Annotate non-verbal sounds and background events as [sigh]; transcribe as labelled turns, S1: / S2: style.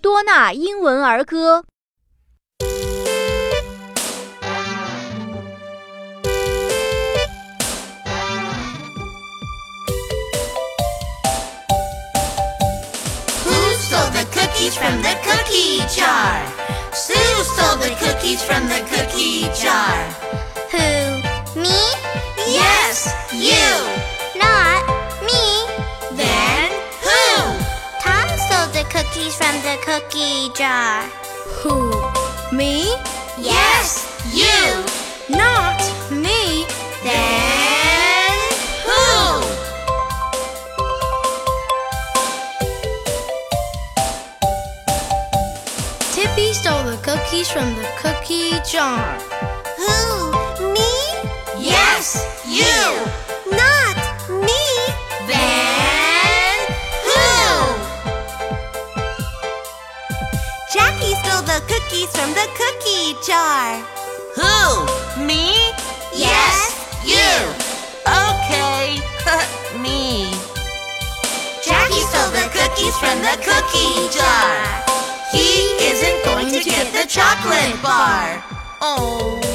S1: 波纳英文儿歌。
S2: Who stole the cookies from the cookie jar? Sue stole the cookies from the cookie jar.
S3: Who? Me?
S2: Yes, you.
S3: Not me.
S2: Then who?
S3: Tom stole the cookies from the cookie jar.
S1: Who? Me?
S2: Yes, you.
S1: Not me.
S2: Then who?
S1: Tippy stole the cookies from the cookie jar.
S3: Who? Me?
S2: Yes, you.
S3: Not me.
S2: Then who?
S3: Jackie stole the cookies from the cookie jar.
S2: Who? Me?
S3: Yes,
S2: you. Okay, [laughs] me. Jackie stole the cookies from the cookie jar. He isn't going to get the chocolate bar. Oh.